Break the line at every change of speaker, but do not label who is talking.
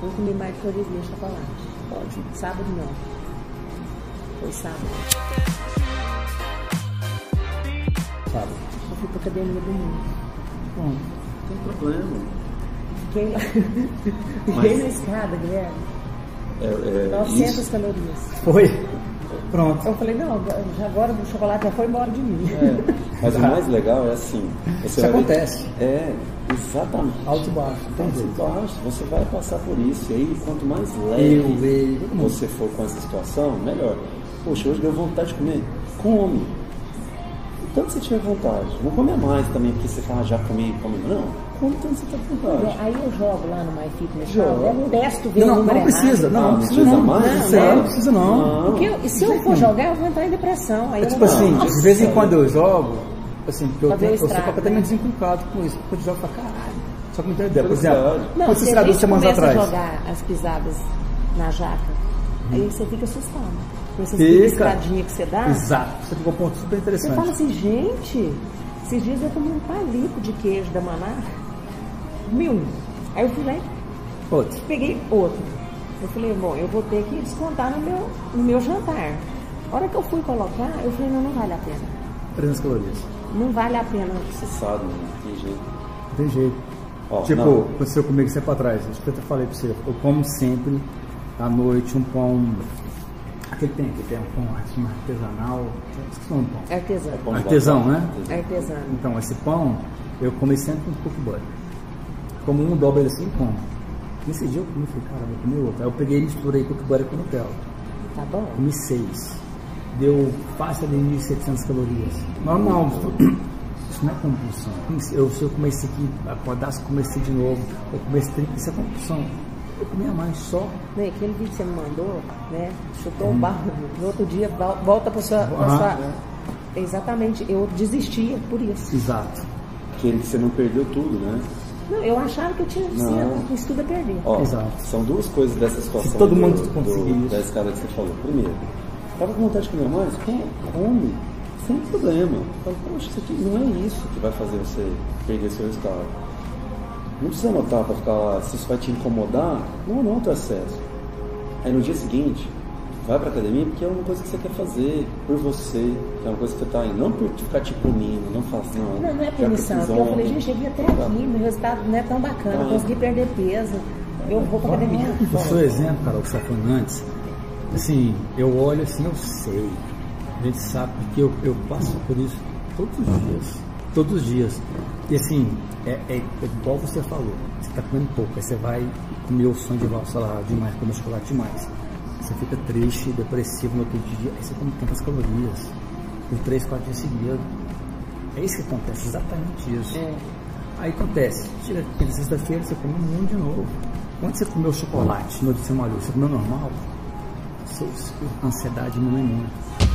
Vou comer mais florzinha chocolate. Pode. Sábado não. Foi sábado.
Sábado.
Eu fui pra academia domingo.
Bom, não tem problema.
Fiquei lá. Fiquei
Mas-
na escada, Guilherme.
É, é,
900
isso.
calorias.
Foi. Pronto.
Eu falei, não, já agora o chocolate já foi embora de mim.
É, Mas o mais legal é assim. Você
Isso
vai ver-
acontece.
É, exatamente.
Alto e baixo. Tem
Alto e
jeito.
baixo, você vai passar por isso. E aí, quanto mais
Eu,
leve
eu, todo mundo.
você for com essa situação, melhor. Poxa, hoje deu vontade de comer. Come. Tanto você tiver vontade. Não come a mais também, porque você fala, "Ah, já comi, come. Não, come tanto você tá com vontade.
Aí eu jogo lá no My Fitness
Joga.
Pal, eu não desto um ver
Não,
o
não,
número
não precisa.
errado.
Não,
Ah,
não
não
precisa
precisa
não.
mais? Ah,
Não,
Sério?
não precisa não.
Não.
Porque eu- se eu for jogar, eu vou entrar em depressão. Aí
É
eu
tipo
não-
assim,
Nossa.
de vez em quando eu jogo, assim, porque eu,
Fazer
tenho,
o
eu sou
estrago,
completamente
né?
desinculcado com isso, porque eu jogo pra caralho. Só que não tem ideia. Por exemplo,
Verdade.
Não,
quando
você
você saiu
vê que
duas semanas
começa
atrás? Uhum.
a jogar as pisadas na jaca, aí você fica assustado. Com essas
Fica.
piscadinhas que você dá,
Exato, você pegou um ponto super
você fala
interessante.
assim, gente, esses dias eu comi um palito de queijo da Maná, mil. Aí eu fui lá e
Outro.
peguei outro. Eu falei, bom, eu vou ter que descontar no meu, no meu jantar. A hora que eu fui colocar, eu falei, não, não vale a pena.
300 calorias.
Não vale a pena.
Sabe, né, não tem jeito.
Não tem jeito.
Ó,
tipo,
não.
aconteceu comigo sempre atrás. Acho que eu até falei pra você. Eu como sempre à noite um pão. Aquele tem, que tem um pão assim, artesanal. Esqueci o nome do pão.
É Artesano. É
Bom de
Artesão,
batata.
né?
Artesano.
Então, esse pão, eu comi sempre com cookie butter. Como um dobra ele assim e como. Nesse dia eu comi, falei, cara, vou comer outro. Aí eu peguei e misturei cookie butter com Nutella.
Tá bom?
Comi seis. Deu fácil de 1.700 calorias. Normal. Isso não é compulsão. Eu, se eu comecei aqui, acordasse, comecei de novo, eu comecei trinta, isso é compulsão. Eu comia mais só.
Né, aquele vídeo que você me mandou, né? Chutou o barro, no outro dia vol- volta para sua, pra
Aham.
sua. Exatamente, eu desistia por isso.
Exato.
Aquele que você não perdeu tudo, né?
Não, eu achava que eu tinha
Não.
sido, isso tudo é perder.
Ó,
Exato.
são duas coisas dessa situação.
Se todo mundo conseguir isso.
Da escada que você falou. Primeiro, tava com vontade de comer mais? Come, come, sem problema. Fala, poxa, isso aqui não é isso que vai fazer você perder seu resultado. Não precisa anotar pra ficar lá, se isso vai te incomodar, não anota o excesso. Aí no dia seguinte, vai pra academia porque é uma coisa que você quer fazer por você, que é uma coisa que você tá aí, não por ficar te punindo, não faz, não.
Não, não é
já
punição.
fiz
porque Eu falei,
ontem.
gente, cheguei até
Tá.
aqui, meu resultado não é tão bacana,
Tá.
consegui perder peso. Eu vou pra academia.
O seu exemplo, cara, o que você tá falando antes, assim, eu olho assim, eu sei. A gente sabe que eu, eu passo por isso todos os dias. Todos os dias. E assim, é, é igual você falou, você tá comendo pouco, aí você vai comer o sonho de valsa lá demais, comer chocolate demais. Você fica triste, depressivo no outro dia, aí você come tantas calorias. Por três, quatro dias seguidos. É isso que acontece, exatamente isso. Aí acontece, chega aqui na sexta-feira, você come muito de novo. Quando você comeu chocolate, no outro dia você malhou, você comeu normal, sua sua ansiedade é diminui muito.